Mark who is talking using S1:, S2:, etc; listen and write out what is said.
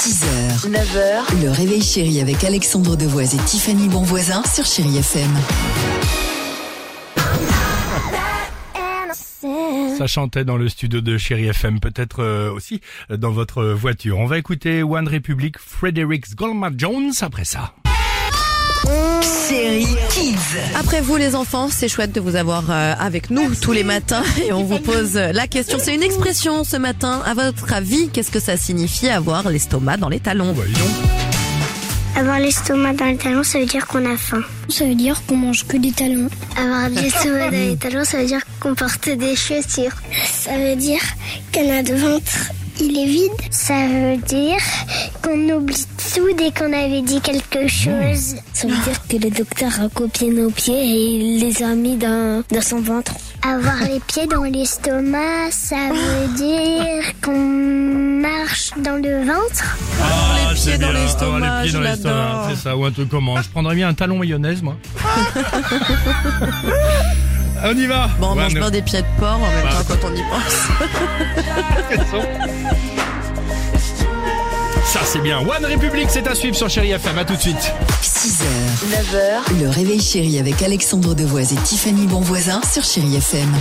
S1: 6h, 9h, le réveil chéri avec Alexandre Devoise et Tiffany Bonvoisin sur Chéri FM.
S2: Ça chantait dans le studio de Chéri FM, peut-être euh, aussi euh, dans votre voiture. On va écouter One Republic, Fredericks Golma Jones après ça.
S1: Chéri Kids.
S3: Après vous les enfants, c'est chouette de vous avoir euh, avec nous tous les matins et on vous pose euh, la question. C'est une expression ce matin. À votre avis, qu'est-ce que ça signifie avoir l'estomac dans les talons
S2: Voyons.
S4: Avoir l'estomac dans les talons, ça veut dire qu'on a faim.
S5: Ça veut dire qu'on mange que des talons.
S4: Avoir l'estomac dans les talons, ça veut dire qu'on porte des chaussures. Ça veut dire qu'on a de ventre, il est vide. Ça veut dire qu'on oublie tout dès qu'on avait dit quelque chose.
S5: Mmh. Ça veut dire que le docteur a copié nos pieds et il les a mis dans, dans son ventre.
S4: Avoir les pieds dans l'estomac, ça veut dire qu'on marche dans le ventre.
S2: Ah,
S3: pieds
S2: c'est
S3: dans
S2: bien,
S3: l'estomac,
S2: avoir les pieds dans
S3: je
S2: l'estomac,
S3: l'adore.
S2: c'est ça, ou un truc comment Je prendrais bien un talon mayonnaise, moi. On y va
S3: Bon, on
S2: One
S3: mange plein des pieds de porc en même
S2: Bah.
S3: temps quand on y pense.
S2: Ça, c'est bien. One Republic, c'est à suivre sur Chéri FM. À tout de suite.
S1: 6h, 9h, le réveil chéri avec Alexandre Devoise et Tiffany Bonvoisin sur Chéri FM.